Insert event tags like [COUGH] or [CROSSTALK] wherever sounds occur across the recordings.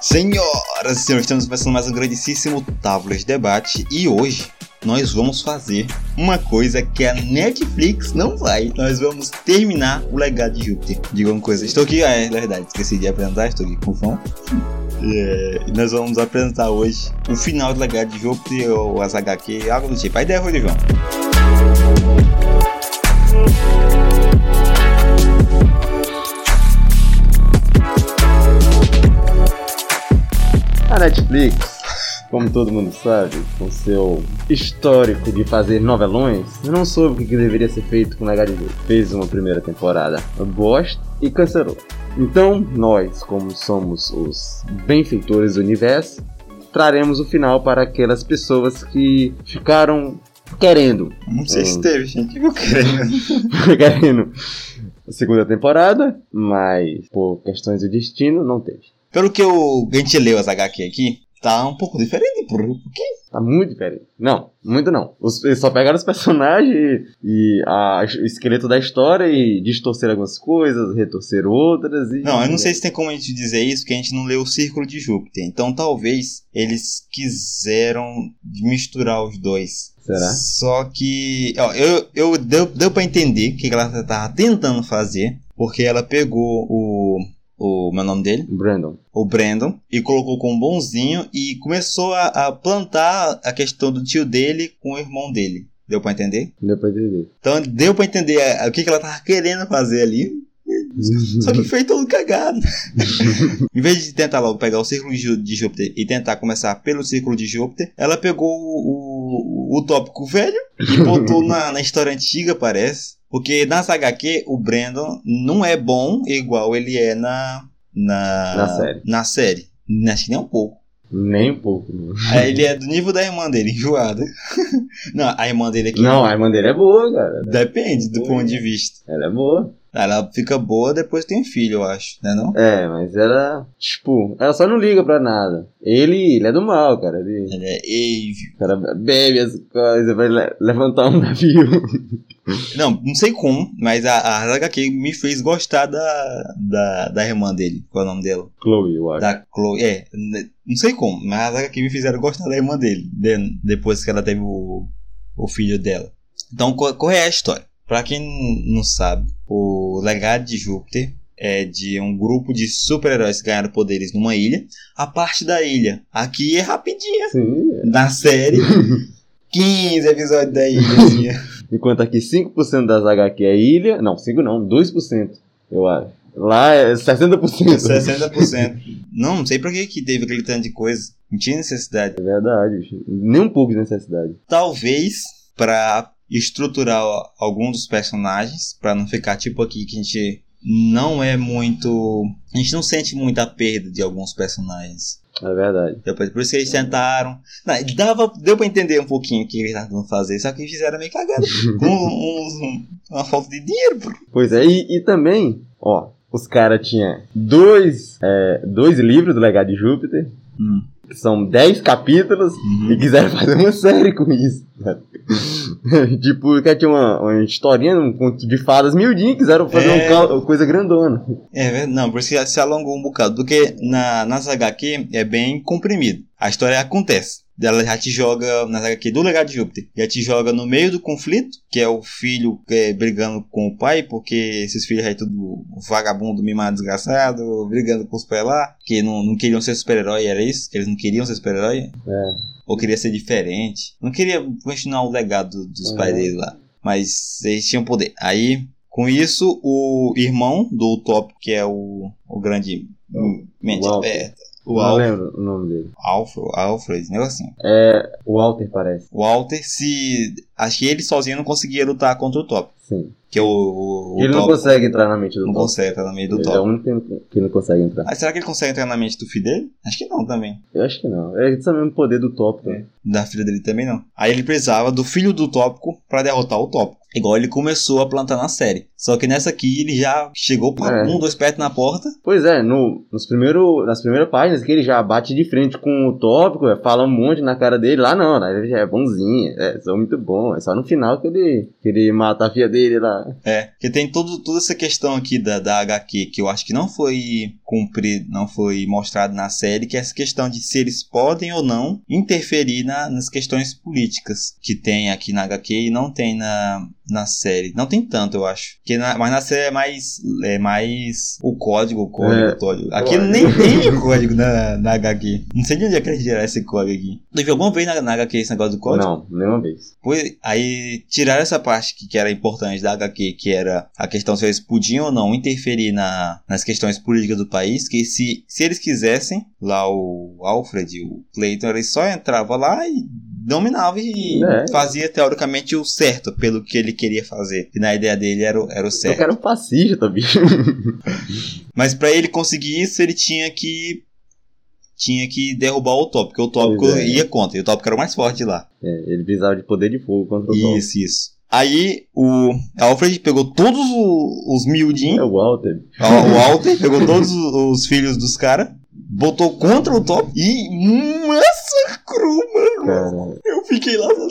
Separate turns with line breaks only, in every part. Senhoras e senhores, estamos começando mais um grandíssimo Tábulas de Debate e hoje nós vamos fazer uma coisa que a Netflix não vai. Nós vamos terminar o legado de Júpiter. Diga uma coisa, estou aqui, ah, é verdade, esqueci de apresentar, estou aqui com o fã. É, e nós vamos apresentar hoje o final do legado de Júpiter ou as HQ, algo do tipo. A ideia foi do João.
A Netflix, como todo mundo sabe, com seu histórico de fazer novelões, não soube o que que deveria ser feito com o legado de Deus. Fez uma primeira temporada bosta e cancelou. Então, nós, como somos os benfeitores do universo, traremos o final para aquelas pessoas que ficaram querendo, [LAUGHS]
Não sei se
Hum.
teve, gente. Eu quero.
querendo a segunda temporada, mas por questões do destino, não teve.
Pelo que eu, a gente leu as HQ aqui, tá um pouco diferente, por por quê?
Tá muito diferente. Não, muito não. Os- eles só pegaram os [LAUGHS] personagens e, e a- o esqueleto da história e distorceram algumas coisas, retorceram outras e.
Não, eu não sei se tem como a gente dizer isso, porque a gente não leu o Círculo de Júpiter. Então talvez eles quiseram misturar os dois.
Será?
Só que. Ó, eu, eu deu, deu pra entender o que que ela tava tentando fazer, porque ela pegou o. o meu nome dele?
Brandon.
o Brandon, e colocou como bonzinho e começou a, a plantar a questão do tio dele com o irmão dele. Deu pra entender?
Não deu
[LAUGHS]
pra entender.
Então deu pra entender eh, o que, que ela tava querendo fazer ali, só
Uhum.
que foi todo cagado. [LAUGHS] em vez de tentar logo pegar o círculo de Jú- de Júpiter e tentar começar pelo círculo de Júpiter, ela pegou o, o, o tópico velho e botou na, na história antiga, parece. Porque nas HQ, o Brandon não é bom igual ele é na. Na,
Na série.
Na série. Acho que nem um pouco.
Nem um pouco. Não,
Aí ele é do nível da irmã dele, enjoada. [LAUGHS] Não, a irmã dele aqui.
não a irmã dele é boa, cara.
Depende do ponto de vista.
Ela é boa.
Ela fica boa depois tem um filho, eu acho, né? Não?
É, mas ela. Tipo, ela só não liga pra nada. Ele, ele é do mal, cara. Ele,
Ela é evil.
o cara bebe as coisas, vai le- levantar um navio. [LAUGHS]
Não, não sei como, mas a, a HQ me fez gostar da, da, da irmã dele. Qual é o nome dela?
Chloe, eu acho.
Da Chloe. É, n- não sei como, mas a HQ me fizeram gostar da irmã dele. de- depois que ela teve o, o filho dela. Então, co- qual é a história? Pra quem n- não sabe, o legado de Júpiter é de um grupo de super-heróis que ganharam poderes numa ilha. A parte da ilha aqui é rapidinha.
Sim.
Na série, 15 episódios da ilha. assim, é.
Enquanto aqui 5% das HQ é ilha. Não, 5 não, 2%, eu acho. Lá é 60%.
é
[LAUGHS]
60%. Não, não sei pra que, que teve aquele tanto de coisa. Não tinha necessidade.
É verdade, bicho. Nem um pouco de necessidade.
Talvez pra estruturar algum dos personagens, pra não ficar tipo aqui que a gente não é muito. A gente não sente muito a perda de alguns personagens.
É verdade.
Deu pra- Por isso que eles tentaram. Não, dava, deu pra entender um pouquinho o que eles estavam tentando fazer, só que fizeram meio cagada. Com um- um- uma falta de dinheiro, pô.
[LAUGHS] Pois é, e, e também, ó, os caras tinham dois, é, dois livros do Legado de Júpiter,
Hum.
que são 10 capítulos, e quiseram fazer uma série com isso. [LAUGHS] cara. tipo, que tinha uma, uma historinha, um conto de fadas miudinho, quiseram fazer
É.
uma cal- coisa grandona.
É, ver- não, por isso que se alongou um bocado. Porque na, nas HQ é bem comprimido. A história acontece. Ela já te joga, nas HQ do Legado de Júpiter, já te joga no meio do conflito, que é o filho é, brigando com o pai, porque esses filhos aí tudo vagabundo, mimado, desgraçado, brigando com os pais lá, que não, não queriam ser super-herói, era isso? Que eles não queriam ser super-herói?
É.
Ou queria ser diferente? Não queria continuar o legado dos
É.
pais deles lá, mas eles tinham poder. Aí com isso, o irmão do Utópico, que é o, o grande
É O-
mente
o Alfred.
aberta, o
Não
Al
lembro o nome dele.
Alfred, Alfred, esse negocinho.
Walter parece.
O Walter, se. Acho que ele sozinho não conseguia lutar contra o Utópico.
Sim.
Que é o, o, o
ele não
Utópico
consegue entrar na mente do
não
Thor.
consegue entrar no meio do
Ele é um o
Utópico.
único que não consegue entrar.
Ah, será que ele consegue entrar na mente do filho dele? Acho que não também.
Eu acho que não. É isso mesmo o poder do top. né?
Da filha dele também não. Aí ele precisava do filho do Utópico pra derrotar o Utópico. Igual ele começou a plantar na série. Só que nessa aqui ele já chegou com
É.
um, dois pés na porta.
Pois é, no, nos primeiro, nas primeiras páginas que ele já bate de frente com o tópico, é, fala um monte na cara dele. Lá não, lá ele já é bonzinho, é sou muito bom. É só no final que ele, que ele mata a filha dele lá.
É, porque tem todo, toda essa questão aqui da, da HQ que eu acho que não foi cumprido, não foi mostrado na série, que é essa questão de se eles podem ou não interferir na, nas questões políticas que tem aqui na HQ e não tem na, na série. Não tem tanto, eu acho. Porque na, mas na série é mais, é mais o código, o código,
É.
o código. Aqui nem tem o código na, na HQ. Não sei de onde é que eles tiraram esse código aqui. Tu viu alguma vez na, na HQ esse negócio do código?
Não, nenhuma vez.
Pois, aí tiraram essa parte que, que era importante da HQ, que era a questão se eles podiam ou não interferir na, nas questões políticas do país, que se, se eles quisessem, lá o Alfred, o Clayton, ele só entrava lá e dominava e
É.
fazia teoricamente o certo pelo que ele queria fazer. E na ideia dele era, o- era o
Eu
certo.
quero um fascista, bicho. [LAUGHS]
Mas pra ele conseguir isso, ele tinha que tinha que derrubar o tópico. O tópico
Pois é.
ia contra, e o tópico era o mais forte lá.
É, ele precisava de poder de fogo contra o Thor.
Isso, isso. Aí o Alfred pegou todos o- os
É
miudinhos,
o Walter.
o o
[LAUGHS]
Walter, pegou todos o- os filhos dos caras, botou contra o top e massacrou, mano.
Cara.
Eu fiquei lá, não,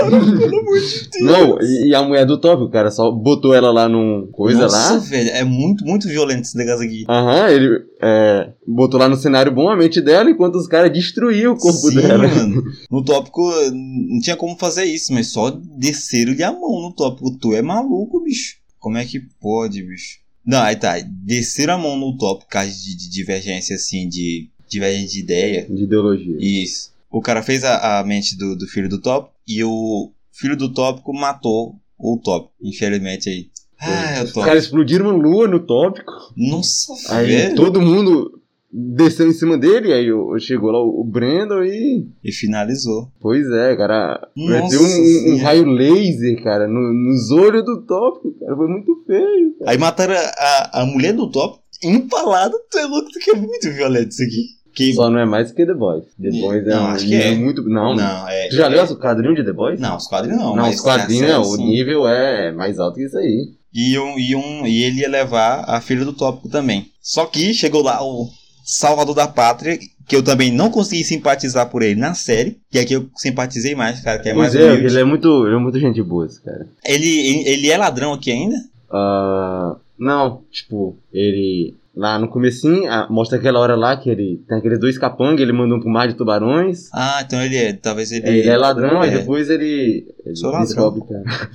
para, pelo amor
[LAUGHS]
de Deus.
Não, e, e a mulher do Thor, o cara só botou ela lá num coisa
Nossa,
lá.
velho, é muito, muito violento esse negócio aqui.
Aham, ele é, botou lá no cenário bom a mente dela, enquanto os caras destruíam o corpo
Sim,
dela.
mano. [LAUGHS] No tópico, eh, não tinha como fazer isso, mas só desceram-lhe a mão no tópico. Tu é maluco, bicho. Como é que pode, bicho? Não, aí tá. Desceram a mão no tópico, por causa de, de divergência, assim, de divergência de ideia.
[LAUGHS] De ideologia.
Isso. O cara fez a, a mente do, do filho do tópico e o filho do tópico matou o tópico. Infelizmente aí. Ah, é o
Os
tópico.
caras explodiram uma lua no tópico.
Nossa,
Aí
velho.
todo mundo desceu em cima dele, aí o- chegou lá o Brandon e.
E finalizou.
Pois é, cara.
Nossa
Meteu um, um- um
Senhora.
raio laser, cara, no- nos olhos do tópico, cara. Foi muito feio.
Aí mataram a, a, a mulher do top empalada. Tu é louco, tu que é muito violento isso aqui. Que...
Só não é mais que The Boys. The Boys é
Não,
um
acho que é.
nível muito. Não,
Não, é.
Tu já leu o quadrinho de The Boys?
Não, os quadrinhos não.
Não,
mas assim.
os quadrinhos, é né,
a série,
o
sim.
nível é mais alto que isso aí.
E, um, e, um, e ele ia levar a filha do tópico também. Só que chegou lá o Salvador da Pátria, que eu também não consegui simpatizar por ele na série. E aqui eu simpatizei mais, cara, que é mais
pois é,
humilde.
ele é muito. Ele é muito gente boa, esse cara.
Ele, ele, ele é ladrão aqui ainda?
Ah, não, tipo, ele. Lá no comecinho, ah, mostra aquela hora lá que ele tem aqueles dois capangas, ele manda um pro mar de tubarões.
Ah, então ele é. Talvez ele.
Ele é ladrão, aí
é. [LAUGHS]
depois ele, ele
Sou ladrão.
descobre que a,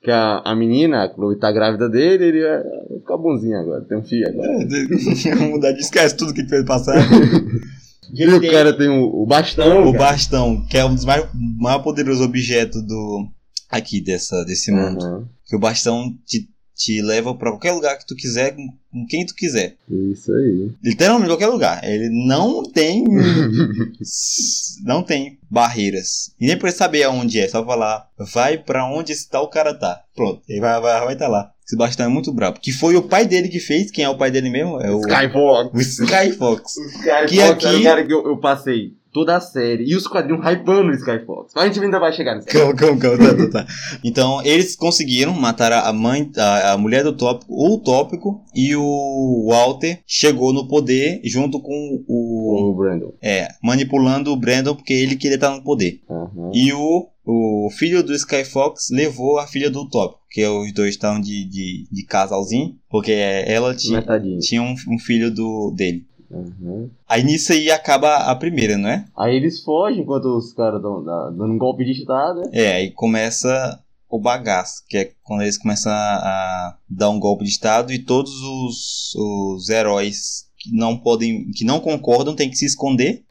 [LAUGHS] que a, a menina, a Chloe, tá grávida dele, ele vai vai ficar bonzinho agora, tem um filho agora.
Mudar de esquece tudo que ele fez passar.
[LAUGHS] E o cara tem o, o bastão.
O
cara.
bastão, que é um dos mais, mais poderosos objetos do aqui dessa, desse mundo.
Aham,
Que o bastão te, te leva pra qualquer lugar que tu quiser, com, com quem tu quiser.
É Isso aí.
Literalmente qualquer lugar. Ele não tem. não tem barreiras. E nem precisa saber aonde é, só falar. Vai pra onde esse tal cara tá. Pronto, ele vai vai, vai tá lá. Esse bastão é muito brabo. Que foi o pai dele que fez. Quem é o pai dele mesmo? É o.
Skyfox.
O Skyfox.
Skyfox
Que
é
aqui-
o cara que eu, eu passei toda a série e os quadrinhos hypando o Skyfox. Mas a gente ainda vai chegar nesse
Calma, calma, calma, tá, tá, tá. Então, eles conseguiram matar a mãe, a, a mulher do tópico, o tópico, e o Walter chegou no poder junto com o.
O Brandon.
É, manipulando o Brandon porque ele queria estar no poder.
Aham.
E o, o filho do Skyfox levou a filha do tópico, que os dois estavam de, de, de casalzinho, porque ela tinha,
Metadinho.
tinha um, um filho do, dele.
Aham.
Aí nisso aí acaba a primeira, não é?
Aí eles fogem enquanto os caras dão dá- dando um golpe de estado. né?
É, aí começa o bagaço, que é quando eles começam a, a dar um golpe de estado e todos os, os heróis que não podem, que não concordam, têm que se esconder.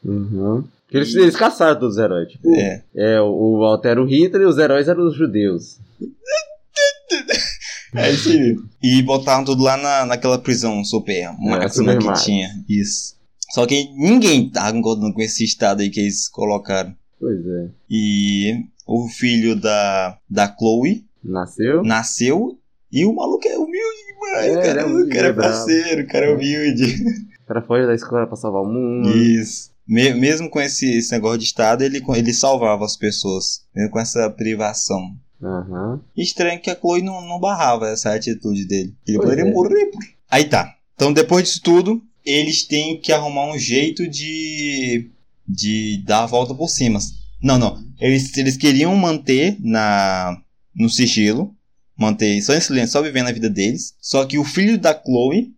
Eles, eles caçaram todos os heróis. Tipo, é.
É.
o, o Walter era o Hitler e os heróis eram os judeus.
É isso aí. E botaram tudo lá na, naquela prisão super máxima
super
que
máxima.
tinha. Isso. Só que ninguém tá concordando com esse estado aí que eles colocaram.
Pois é.
E o filho da, da Chloe
Nasceu.
nasceu e o maluco é humilde demais,
É, ele
cara.
é
o
humilde,
cara é
é brabo.
parceiro, o cara é
É.
humilde.
O cara foge da escola pra salvar o mundo.
Isso. Me- mesmo com esse, esse negócio de Estado, ele, co- ele salvava as pessoas. Mesmo com essa privação.
Aham.
Estranho que a Chloe não, não barrava essa atitude dele. Ele
Pois
poderia
é.
morrer. pô. Aí tá. Então, depois disso tudo, eles têm que arrumar um jeito de. de dar a volta por cima. Não, não. Eles, eles queriam manter na, no sigilo. manter só em silêncio, só vivendo a vida deles. Só que o filho da Chloe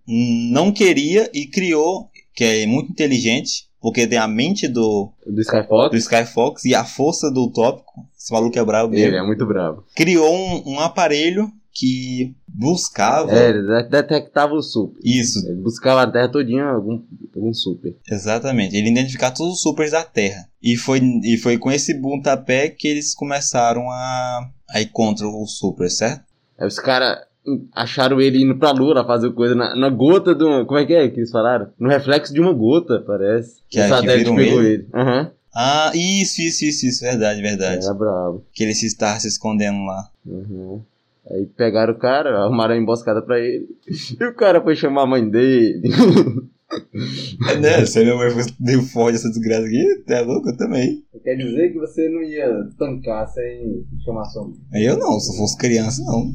não queria e criou, que é muito inteligente, porque tem a mente do,
Do Skyfox.
do Sky Fox e a força do utópico. Esse maluco é brabo mesmo.
Ele é muito bravo.
Criou um, um aparelho que buscava.
É, ele de- detectava o super.
Isso,
Ele buscava a terra todinha algum, algum super.
Exatamente. Ele identificar todos os supers da Terra. E foi, e foi com esse pontapé que eles começaram a, a ir contra os supers, certo?
Aí os caras acharam ele indo pra lua fazer coisa na, na gota do. Como é que é que eles falaram? No reflexo de uma gota, parece.
Que é, que viram
ele. Aham.
Ah, isso, isso, isso, isso. Verdade, verdade.
Era bravo.
Que ele se estava se escondendo lá.
Uhum. Aí pegaram o cara, arrumaram a emboscada pra ele. [LAUGHS] E o cara foi chamar a mãe dele.
É, né? Se a minha mãe fosse deu forte essa desgraça aqui, é louco, eu também.
[LAUGHS] Quer dizer que você não ia tancar sem chamar sua mãe.
Eu não, se eu fosse criança, não.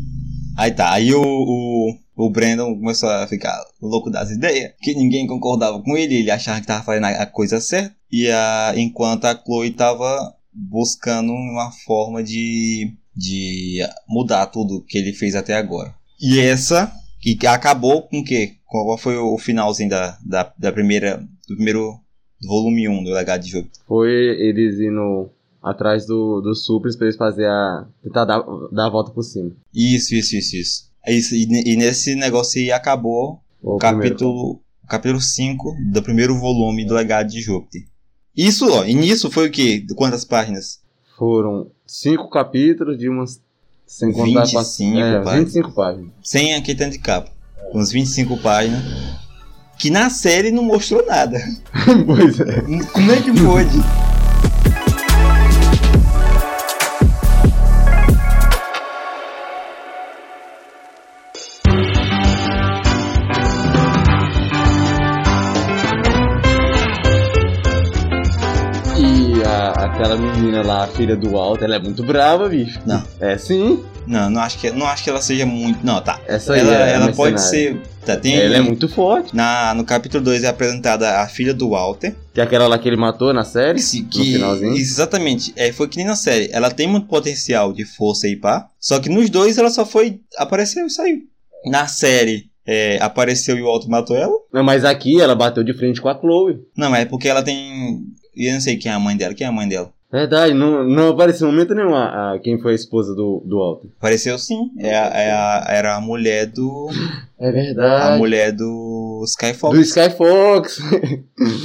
Aí tá, aí o, o, o Brandon começou a ficar louco das ideias, que ninguém concordava com ele, ele achava que tava fazendo a a coisa certa. E a, enquanto a Chloe tava buscando uma forma de, de mudar tudo que ele fez até agora. E essa, e que acabou com o quê? Qual foi o finalzinho da, da, da primeira, do primeiro volume 1 do Legado de Jogo?
Foi eles indo atrás do, do Supers pra eles fazer a. tentar dar, dar a volta por cima.
Isso, isso, isso, isso. isso e, ne- e nesse negócio aí acabou
O primeiro-
capítulo, capítulo 5 do primeiro volume do Legado de Júpiter. Isso, ó, e nisso foi o quê? Quantas páginas?
Foram cinco capítulos de umas. Sem contar
25
é,
páginas.
25 páginas. [LAUGHS]
Sem aqui tanto de capa. Uns 25 páginas. Que na série não mostrou nada. [LAUGHS]
pois é.
Como é que pode?
E a- aquela menina lá, a filha do Alto, ela é muito brava, bicho.
Não.
É sim.
Não, não acho que, não acho que ela seja muito. Não, tá.
Essa aí
Ela,
é a
ela pode
mercenária.
ser. Tá, tem.
Ela é muito forte.
na, no capítulo 2 é apresentada a filha do Walter.
Que é aquela lá que ele matou na série.
Se-
no
que-
finalzinho.
Exatamente. É, foi que nem na série. Ela tem muito potencial de força e pá. Só que nos dois ela só foi. Apareceu e saiu. Na série, é, apareceu e o Otto matou ela.
Não, Mas aqui ela bateu de frente com a Chloe.
Não, mas é porque ela tem. Eu não sei quem é a mãe dela. Quem é a mãe dela?
Verdade, não, não apareceu em momento nenhum a, a- quem foi a esposa do, do Alto.
Apareceu sim. É a- é a- era a mulher do.
É
A
verdade.
mulher do Skyfox.
Do Skyfox.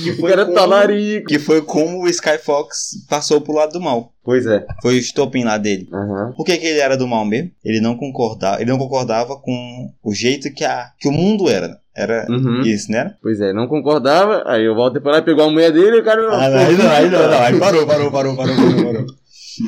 Que
[LAUGHS] o cara tá
como-
talarico.
Que foi como o Skyfox passou pro lado do mal.
Pois é.
Foi o estopim lá dele.
Aham.
Por que, que ele era do mal mesmo? Ele não concordava, ele não concordava com o jeito que, a, que o mundo era. né? Era
Uhum.
isso, né?
Pois é, não concordava. Aí o Walter foi lá, pegou a mulher dele e o cara.
Ah, Aí parou, parou, parou, parou, parou, parou.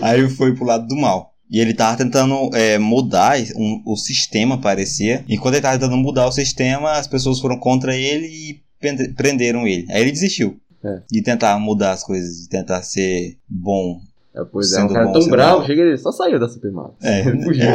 Aí foi pro lado do mal. E ele tava tentando é, mudar um- o sistema, parecia. E quando ele tava tentando mudar o sistema, as pessoas foram contra ele e pende- prenderam ele. Aí ele desistiu.
É.
De tentar mudar as coisas, de tentar ser bom.
É, pois é, um
Sendo
cara
bom,
tão
sendo
bravo,
bom.
chega ele, só saiu da Supermarket.
É.
Fugiu.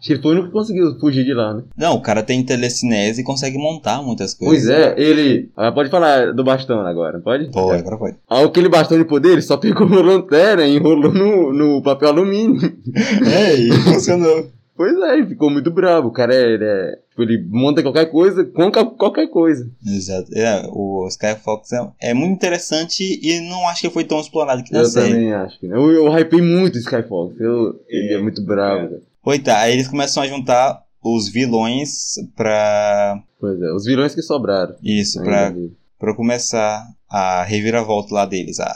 Acho que ele foi o único que conseguiu fugir de lá, né?
Não, o cara tem telecinese e consegue montar muitas coisas.
Pois é, ele. Ah, pode falar do bastão agora, não pode?
Pô,
É.
agora foi.
Ah, Aquele bastão de poder, ele só pegou uma lanterna e enrolou no, no papel alumínio. [LAUGHS]
[LAUGHS] É, e funcionou.
Pois é, ele ficou muito bravo. O cara, ele, é, tipo, ele monta qualquer coisa com ca- qualquer coisa.
Exato. É, o Skyfox é, é muito interessante e não acho que foi tão explorado que na
eu
série.
também acho que não. Eu, eu hypei muito Skyfox. Eu, ele é
É,
muito bravo.
é.
cara.
Foi, tá. Aí eles começam a juntar os vilões pra.
Pois é, os vilões que sobraram.
Isso,
ainda
pra,
vivo.
pra começar a reviravolta lá deles, a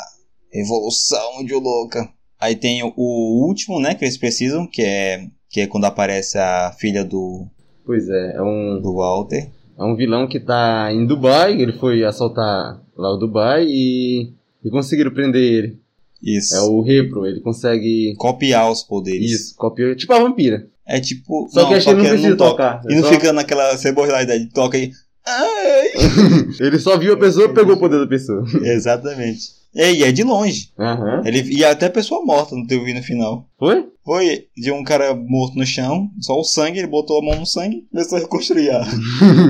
Revolução de Louca. Aí tem o, o último, né, que eles precisam, que é. Que é quando aparece a filha do,
Pois é, é um,
do Walter.
é um vilão que tá em Dubai. Ele foi assaltar lá o Dubai e, e conseguiram prender ele.
Isso.
É o Repro, ele consegue.
Copiar os poderes.
Isso, copiou. Tipo a vampira.
É tipo.
Só que acho que ele não
toca-
precisa
toca.
tocar.
E não
só-
fica naquela cebola né, de toca aí.
[LAUGHS]
Ai.
Ele só viu a pessoa e pegou o poder da
[LAUGHS]
pessoa.
Exatamente. É, e é de longe.
Aham.
Ele, e até pessoa morta no teu no final.
Foi?
Foi de um cara
[LAUGHS]
morto no chão, só o sangue, ele botou a mão no sangue e começou a reconstruir a,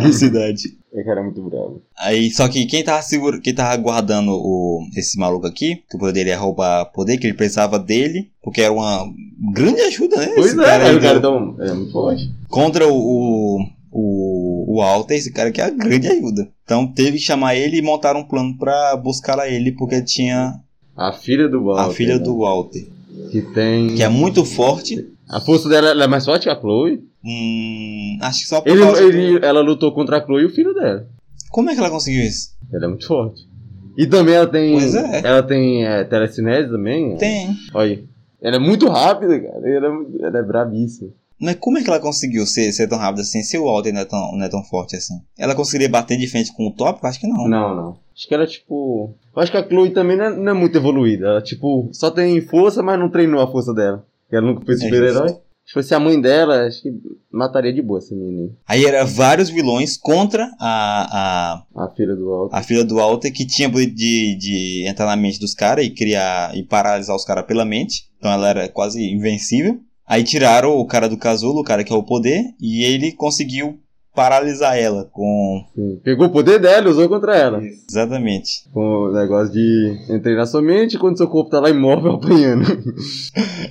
a cidade.
É Aquele cara é muito bravo.
Aí, só que quem tava seguro, quem tava guardando o, esse maluco aqui, que o poder dele é roubar poder, que ele precisava dele, porque era uma grande ajuda, né?
Pois
Esse
é,
cara
cara,
aí
o cara
deu-
tão, é muito forte.
Contra o, o, o, o Alter, esse cara aqui é uma grande ajuda. Então teve que chamar ele e montar um plano pra buscar a ele, porque tinha
A filha do Walter.
a filha
né?
do Walter,
Que tem.
que é muito forte.
A força dela ela é mais forte que a Chloe.
Hum, acho que só por
Ele,
causa do-
ele- ela lutou contra a Chloe e o filho dela.
Como é que ela conseguiu isso?
Ela é muito forte. E também ela tem.
Pois é.
Ela tem é, telecinese também.
Tem.
Olha aí. Ela é muito rápida, cara. Ela é, muito- ela é brabíssima.
Mas como é que ela conseguiu ser, ser tão rápida assim, se o Walter não é, tão, não é tão forte assim? Ela conseguiria bater de frente com o tópico? Acho que não.
Não, não. Acho que ela, tipo. Eu acho que a Chloe também não é, não é muito evoluída. Ela, tipo, só tem força, mas não treinou a força dela. Ela nunca foi
É
super-herói. Tipo, Se fosse a mãe dela, acho que mataria de boa essa menina. aí.
Aí era vários vilões contra a, a,
A filha do Walter.
a filha do Walter, que tinha poder de, de entrar na mente dos caras e criar e paralisar os caras pela mente. Então ela era quase invencível. Aí tiraram o cara do casulo, o cara que é o poder, e ele conseguiu paralisar ela com.
Sim. Pegou o poder dela e usou contra ela.
Exatamente.
Com o negócio de entrei na sua mente quando seu corpo tá lá imóvel [LAUGHS] apanhando.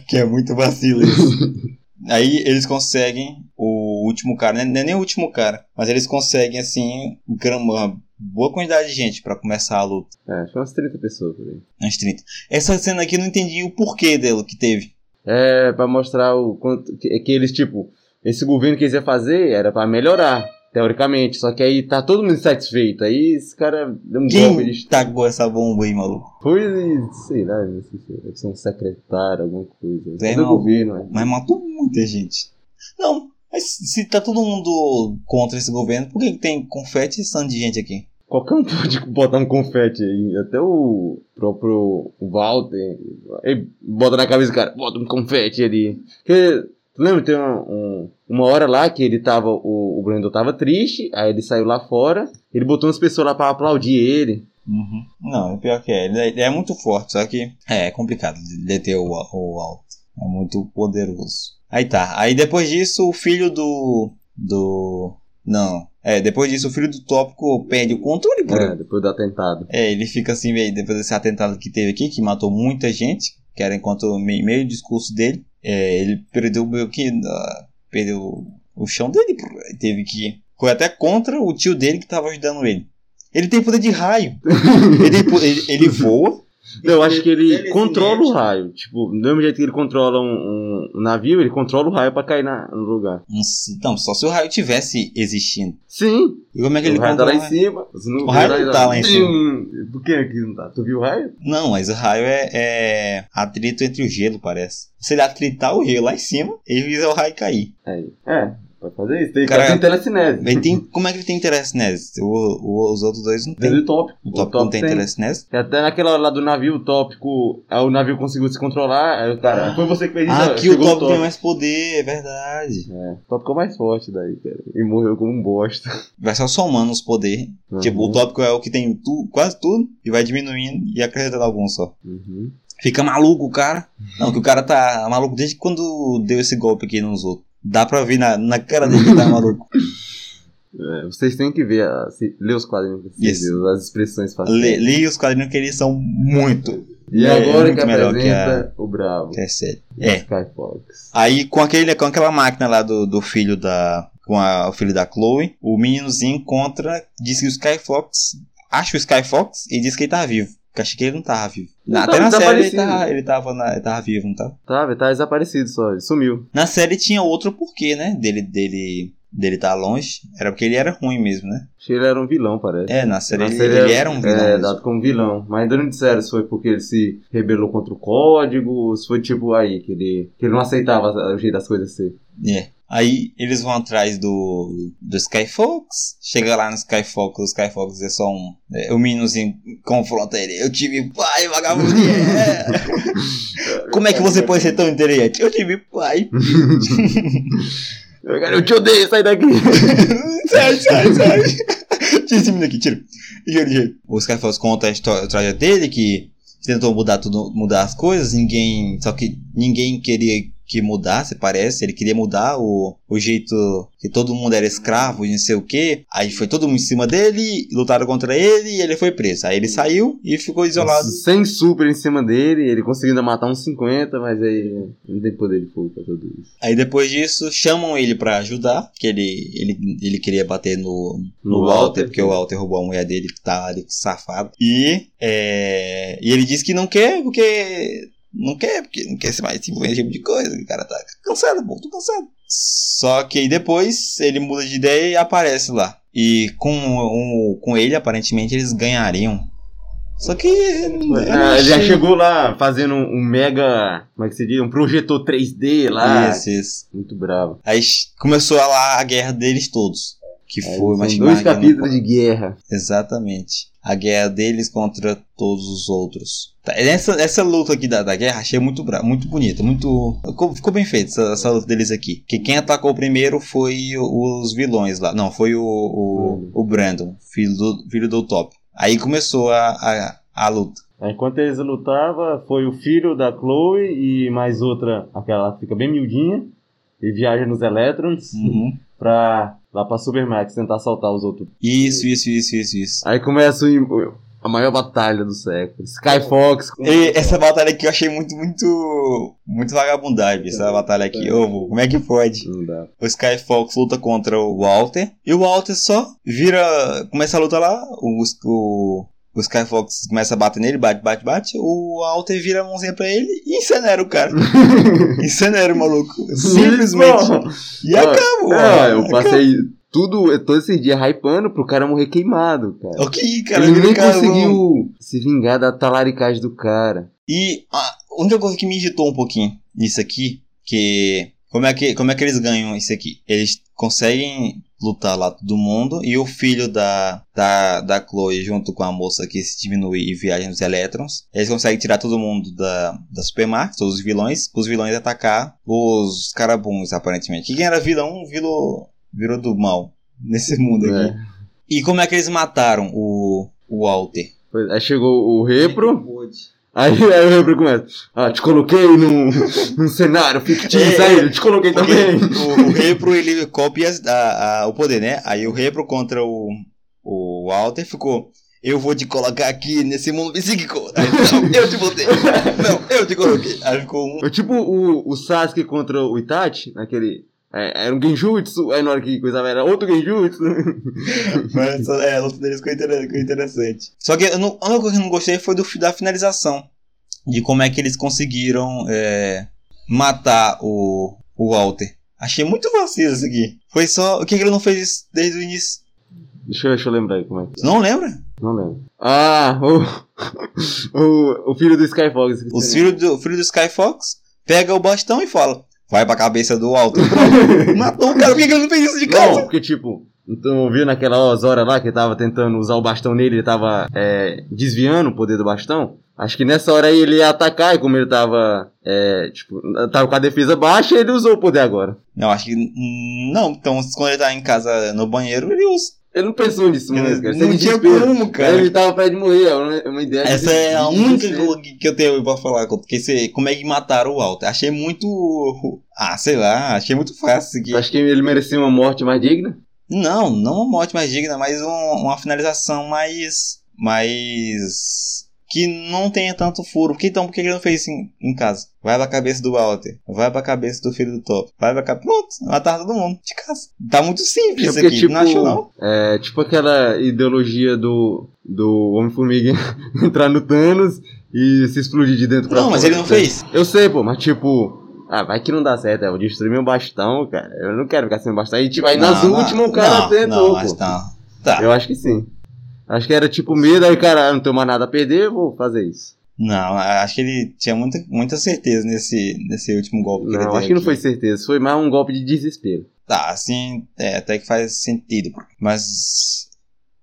Que é muito vacilo isso. Aí eles conseguem o último cara, né? não é nem o último cara, mas eles conseguem, assim, gra- uma boa quantidade de gente pra começar a luta.
É, acho que umas 30 pessoas por aí.
Uns 30. Essa cena aqui eu não entendi o porquê dela que teve.
É, pra mostrar o quanto. Que, que eles, tipo, esse governo que eles iam fazer era pra melhorar, teoricamente. Só que aí tá todo mundo insatisfeito. Aí esse cara deu um
Quem
golpe
tá?
de
tacou essa bomba aí, maluco?
coisa e sei lá, não sei se deve ser um secretário, alguma coisa.
É,
É do
não.
governo, né?
Mas matou muita gente. Não, mas se tá todo mundo contra esse governo, por que, que tem confete e sangue de gente aqui?
Qualquer um [LAUGHS] pode botar um confete aí. Até o próprio Walter. Ele bota na cabeça do cara, bota um confete ali. Porque, tu lembra, tem um- um- uma hora lá que ele tava. O, o Brandon tava triste, aí ele saiu lá fora. Ele botou umas pessoas lá pra aplaudir ele.
Não, é pior que é. Ele, é. ele é muito forte, só que é, é complicado de deter o, o alto. É muito poderoso. Aí tá. Aí depois disso, o filho do. Do. Não. É, depois disso, o filho do tópico perde o controle, por
É, depois do atentado.
É, ele fica assim, meio, depois desse atentado que teve aqui, que matou muita gente, que era enquanto meio, meio discurso dele, é, ele perdeu meio que. ah, perdeu o chão dele, pô, aí teve que. Foi até contra o tio dele que tava ajudando ele. Ele tem poder de
[LAUGHS]
raio. ele, tem po- ele- ele voa.
Eu acho que ele
é
é
Ele
controla o
mexe.
raio. Tipo, do mesmo jeito que ele controla um, um navio, ele controla o raio pra cair na- no lugar.
Não, se- não, então, só se o raio tivesse existindo.
Sim,
E como é que
o
ele
raio tá lá
controla?
em cima. você não
O
vê
raio não tá lá em cima.
Sim. Por que que não tá? Tu viu o raio?
Não, mas o raio é, é atrito entre o gelo, parece. Se ele atritar o gelo lá em cima, ele visa o raio cair.
Aí. É, pode fazer isso. Tem
Cara,
cara tem telecinese.
Ele tem, como é que ele tem telecinese? O, o, os outros dois não
Tem
tem.
o tópico.
O Top não tem telecinese?
E Até naquela hora lá do navio, o tópico. Aí o navio conseguiu se controlar. Aí o cara. Foi você que fez isso.
Ah,
ó,
aqui o
chegou
Top tem mais poder, é verdade.
É, o tópico é o mais forte daí, cara. E morreu como um bosta. Uhum.
Vai só somando os poderes. [LAUGHS] Tipo, o tópico é o que tem tu- quase tudo e vai diminuindo e acrescentando alguns só.
Uhum.
Fica maluco o cara. Não, que o cara tá maluco desde quando deu esse golpe aqui nos outros. Dá pra ver na, na cara dele que tá [LAUGHS] maluco.
É, vocês têm que ver, a- se- ler os quadrinhos pra vocês
Isso.
verem as expressões faciais.
Lê, li os quadrinhos que eles são muito.
E
É,
agora
é
que
muito melhor que a-
apresenta o Bravo.
É sério.
e
É.
Sky Fox.
Aí com, aquele, com aquela máquina lá do, do filho da. Com a- o filho da Chloe, o meninozinho encontra, diz que o Sky Fox. Acha o Sky Fox e diz que ele tá vivo. Que achei que ele não tava vivo.
Não,
Até
tava
na série ele
desaparecido.
tava, ele, tava na- ele tava vivo, não tava?
Tá, ele tá desaparecido só, ele sumiu.
Na série tinha outro porquê, né? Dele dele dele tá longe. Era porque ele era ruim mesmo, né?
Acho que ele era um vilão, parece.
É, na série,
Na
ele,
série
ele era um vilão.
É,
mesmo.
dado como vilão. Mas ainda não disseram se foi porque ele se rebelou contra o código, ou se foi tipo aí, que ele, que ele não aceitava o jeito das coisas ser.
É. Aí eles vão atrás do, do Skyfox. Chega lá no Skyfox, o Skyfox é só um. é, o meninozinho confronta ele. Eu tive pai, vagabundo. é. Como é que você pode ser tão inteligente? Eu tive pai.
Cara, eu te odeio, sai daqui!
[LAUGHS] sai, sai, sai. Tira esse menino aqui, tira. Tira, tira. O Skyfox conta a história a história dele que tentou mudar tudo, mudar as coisas, ninguém. Só que ninguém queria que mudasse, parece. Ele queria mudar o, o jeito que todo mundo era escravo e não sei o que. Aí foi todo mundo em cima dele, lutaram contra ele e ele foi preso. Aí ele saiu e ficou isolado.
[LAUGHS] Sem super em cima dele, ele conseguiu ainda matar uns 50, mas aí não tem poder de fogo pra tudo isso.
Aí depois disso, chamam ele pra ajudar, que ele, ele, ele queria bater no, no Walter, porque o Walter roubou a mulher dele, que tá ali safado. E, é, e ele diz que não quer, porque. Não quer, porque não quer se mais se envolver nesse tipo de coisa. O cara tá cansado, pô, tô cansado. Só que aí depois ele muda de ideia e aparece lá. E com, o- com ele, aparentemente, eles ganhariam. Só que. eu não
Ah, ele já
achei-
chegou lá fazendo um mega. Como é que se diz? Um projetor 3D lá.
Isso, isso.
Muito bravo.
Aí sh- começou lá a guerra deles todos. Que foi
Aí É, são
mas
dois
que né, a guerra não
capítulos de guerra.
Exatamente. A guerra deles contra todos os outros. Tá, Essa, essa luta aqui da, da guerra achei muito, bra- muito bonita, muito. Ficou, ficou bem feito essa, essa luta deles aqui. Que quem atacou primeiro foi o- os vilões lá. Não, foi o, o, o Brandon, filho do, filho do Top. Aí começou a, a, a luta.
Enquanto eles lutavam, foi o filho da Chloe e mais outra, aquela que fica bem miudinha, e viaja nos Electrons pra lá pra Supermax tentar assaltar os outros.
Isso, isso, isso, isso, isso.
Aí começa o- a maior batalha do século. Skyfox com
E essa batalha aqui eu achei muito, muito. Muito vagabundagem. Essa batalha aqui. Ô, vô, como é que pode?
Não dá.
O Sky Fox luta contra o Walter. E o Walter só vira. Começa a luta lá. O, o, o Sky Fox começa a bater nele, bate, bate, bate. O Walter vira a mãozinha pra ele e incenera o
[LAUGHS]
cara. incenera o maluco. Simplesmente. E
Ó,
acabou.
Ah,
mano.
eu passei tudo, todo esse dia hypando pro cara morrer queimado, cara.
Acabou. Ok, cara.
ele nem
vira carvão.
conseguiu se vingar da talaricagem do cara.
E a única coisa que me irritou um pouquinho nisso aqui, que como é que, como é que eles ganham isso aqui? Eles conseguem lutar lá todo mundo e o filho da, da, da Chloe junto com a moça que se diminui e viaja nos elétrons, eles conseguem tirar todo mundo da, da Supermarket, todos os vilões, os vilões atacar os carabuns, aparentemente. Que quem era vilão virou, virou do mal nesse mundo aqui.
né?
E como é que eles mataram o, o Walter?
Pois- Aí chegou o Repro. Aí, aí o Repro começa. Ah, te coloquei num, [LAUGHS] num cenário fictício
É,
aí, eu te coloquei
Porque
também.
o, o Repro ele copia as- a- a- o poder, né? Aí o Repro contra o, o Walter ficou. Eu vou te colocar aqui nesse mundo psíquico. Aí, não, eu te botei. Não, eu te coloquei. Aí ficou um.
Foi tipo o, o Sasuke contra o Itachi, naquele. é, Era um genjutsu, aí na hora que coisava era outro genjutsu. [LAUGHS]
Mas essa- é, a luta deles ficou inter- ficou interessante. Só que eu não, a única coisa que eu não gostei foi do, fi- da finalização. De como é que eles conseguiram é, matar o, o Walter. Achei muito vacilo isso aqui. Foi só. O que, que ele não fez isso desde o início?
Deixa eu, deixa eu lembrar aí como é que.
Tu não lembra?
Não lembro. Ah, o. [LAUGHS] O, o filho do Skyfox.
O filho do, o filho do Sky Fox pega o bastão e fala: Vai pra cabeça do
[LAUGHS]
alto. Matou o cara, por que que ele não fez isso de
Não,
casa?
porque tipo, então viu naquelas horas lá que ele tava tentando usar o bastão nele, ele tava é, desviando o poder do bastão. Acho que nessa hora aí ele ia atacar e como ele tava, é, tipo, tava com a defesa baixa, ele usou o poder agora.
Não, acho que. hum, Não, então quando ele tá em casa no banheiro, ele usa.
Ele não pensou nisso, mano, cara.
não
Sem
tinha
desespero.
como, cara.
Ele tava perto de morrer, é uma- é uma ideia. de
Essa é a
desespero.
única coisa que que eu tenho pra falar. Porque esse- como é que mataram o Walter? Achei muito. Ah, sei lá, achei muito fácil isso aqui.
Acho que ele merecia uma morte mais digna.
Não, não uma morte mais digna, mas um- uma finalização mais. mais. que não tenha tanto furo. Porque então, por que ele não fez isso em, em casa? Vai pra cabeça do Walter, vai pra cabeça do filho do Top, vai pra cabeça. Pronto, matar todo mundo de casa. Tá muito simples isso
É porque, tipo,
aqui, não acho não.
É tipo aquela ideologia do, do Homem-Formiga [LAUGHS] entrar no Thanos e se explodir de dentro pra
Não, mas
fora,
ele não
sabe?
fez.
Eu sei, pô, mas tipo. Ah, vai que não dá certo, eu vou destruir meu bastão, cara. Eu não quero ficar sem bastão. E tipo, aí nas
Não, não,
últimas o cara
não,
tentou.
Não,
pô.
mas não. Tá.
Eu acho que sim. Acho que era tipo medo, aí cara, não tenho mais nada a perder, eu vou fazer isso.
Não, acho que ele tinha muita, muita certeza nesse, nesse último golpe que ele
Não,
deu
acho que não
aqui.
foi certeza, foi mais um golpe de desespero.
Tá, assim, é, até que faz sentido, mas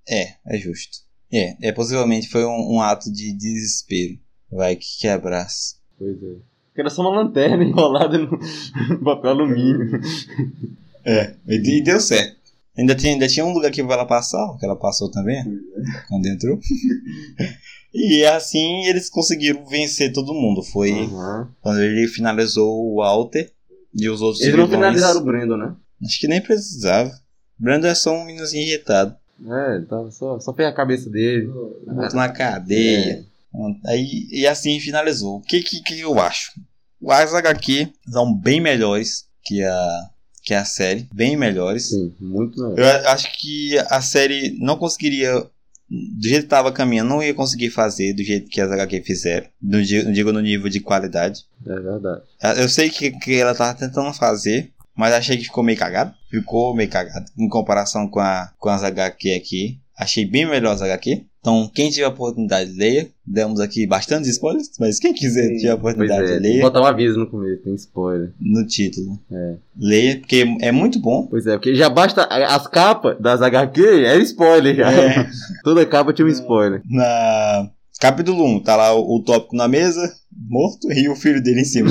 é, é justo. É, é possivelmente foi um, um ato de desespero. Vai que quebrasse.
Pois é. Era só uma lanterna [LAUGHS] enrolada no no papel alumínio.
É, e, de- e deu certo. Ainda tinha, ainda tinha um lugar que ela passar, que ela passou também,
é.
quando entrou. [LAUGHS] E assim eles conseguiram vencer todo mundo. Foi
Uhum.
quando ele finalizou o Walter e os outros
Eles não
vilões.
finalizaram o Brandon, né?
Acho que nem precisava. Brandon é só um meninozinho injetado.
É, ele tava só, só pega a cabeça dele.
Botou na cadeia.
É.
Aí, e assim finalizou. O que, que, que eu acho? As HQ são bem melhores que a, que a série. Bem melhores.
Sim, muito né? melhor.
Eu a- acho que a série não conseguiria. Do jeito que tava caminhando, não ia conseguir fazer do jeito que as HQ fizeram. Não di- não digo no nível de qualidade.
É verdade.
Eu sei que, que ela tava tentando fazer, mas achei que ficou meio cagado. Ficou meio cagado. Em comparação com, a, com as HQ aqui. Achei bem melhor as HQ. Então, quem tiver a oportunidade, leia. Demos aqui bastantes spoilers, mas quem quiser
Sim.
tiver a
Pois
oportunidade,
é, tem que
leia
botar um aviso no começo, tem spoiler.
no título.
É.
Leia, porque é muito
[LAUGHS]
bom.
Pois é, porque já basta a- as capas das HQ, é spoiler já.
É.
[LAUGHS] Toda capa tinha um spoiler.
na capítulo 1, tá lá o, o tópico na mesa, morto, e o filho dele em
[LAUGHS]
cima.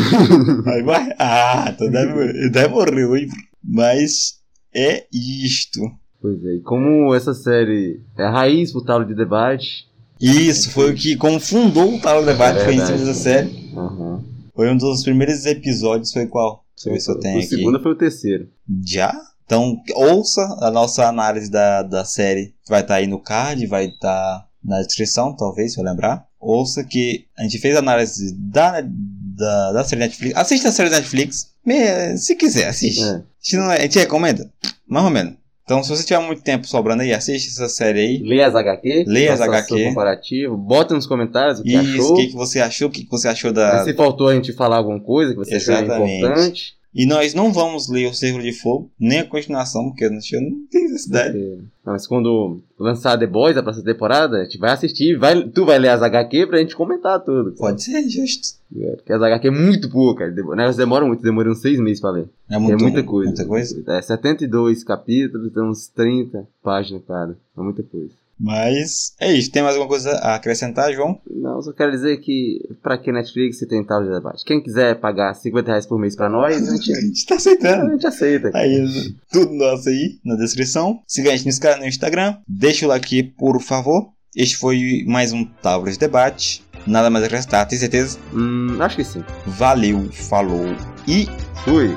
Aí vai, ah, tá, deve, deve morrer, hein? Mas é isto.
Pois é, e como essa série é a raiz pro talo de debate.
Isso foi o que confundou o Talo Debate,
É
foi em cima
verdade.
dessa série.
Aham.
Foi um dos primeiros episódios, foi qual? Deixa eu ver se eu tenho
o
aqui.
segundo foi o terceiro.
Já? Então, ouça a nossa análise da, da série. Vai estar aí no card, vai estar na descrição, talvez, se eu lembrar. Ouça que a gente fez a análise da, da, da série Netflix. Assista a série Netflix. me- Se quiser, assiste.
É.
Se não, a gente recomenda. Mais ou menos. Então, se você tiver muito tempo sobrando aí, assiste essa série aí.
Lê as HQ.
Lê as
faça
HQ.
seu comparativo. Bota nos comentários o que
Isso,
achou.
o que, que você achou, o que, que você achou da,
Mas se faltou a gente falar alguma coisa que você achou
Exatamente.
importante.
E nós não vamos ler o Círculo de Fogo, nem a continuação, porque eu não eu não tenho necessidade.
porque- é. Mas quando lançar The Boys, a próxima temporada, a gente vai assistir. Vai, tu vai ler as HQ pra gente comentar tudo.
Pode ser, justo.
É, Porque as HQ é muito pouca. Eles demoram- né, eles demoram muito, demoram uns seis meses pra ler.
É, muito,
é muita coisa.
Muita coisa.
É 72 capítulos, tem uns 30 páginas cada. É muita coisa.
Mas é isso. Tem mais alguma coisa a acrescentar, João?
Não, eu só quero dizer que pra que Netflix você tem tal de debate. Quem quiser pagar 50 reais por mês pra nós, a gente,
A gente tá
a
aceitando. Tá
gente aceita.
Aí, tudo nosso aí na descrição. Siga a gente nos canais no Instagram. Deixa o like, por favor. Este foi mais um Távola de Debate. Nada mais a acrescentar, tenho certeza.
Hum, acho que sim.
Valeu, falou e
Fui.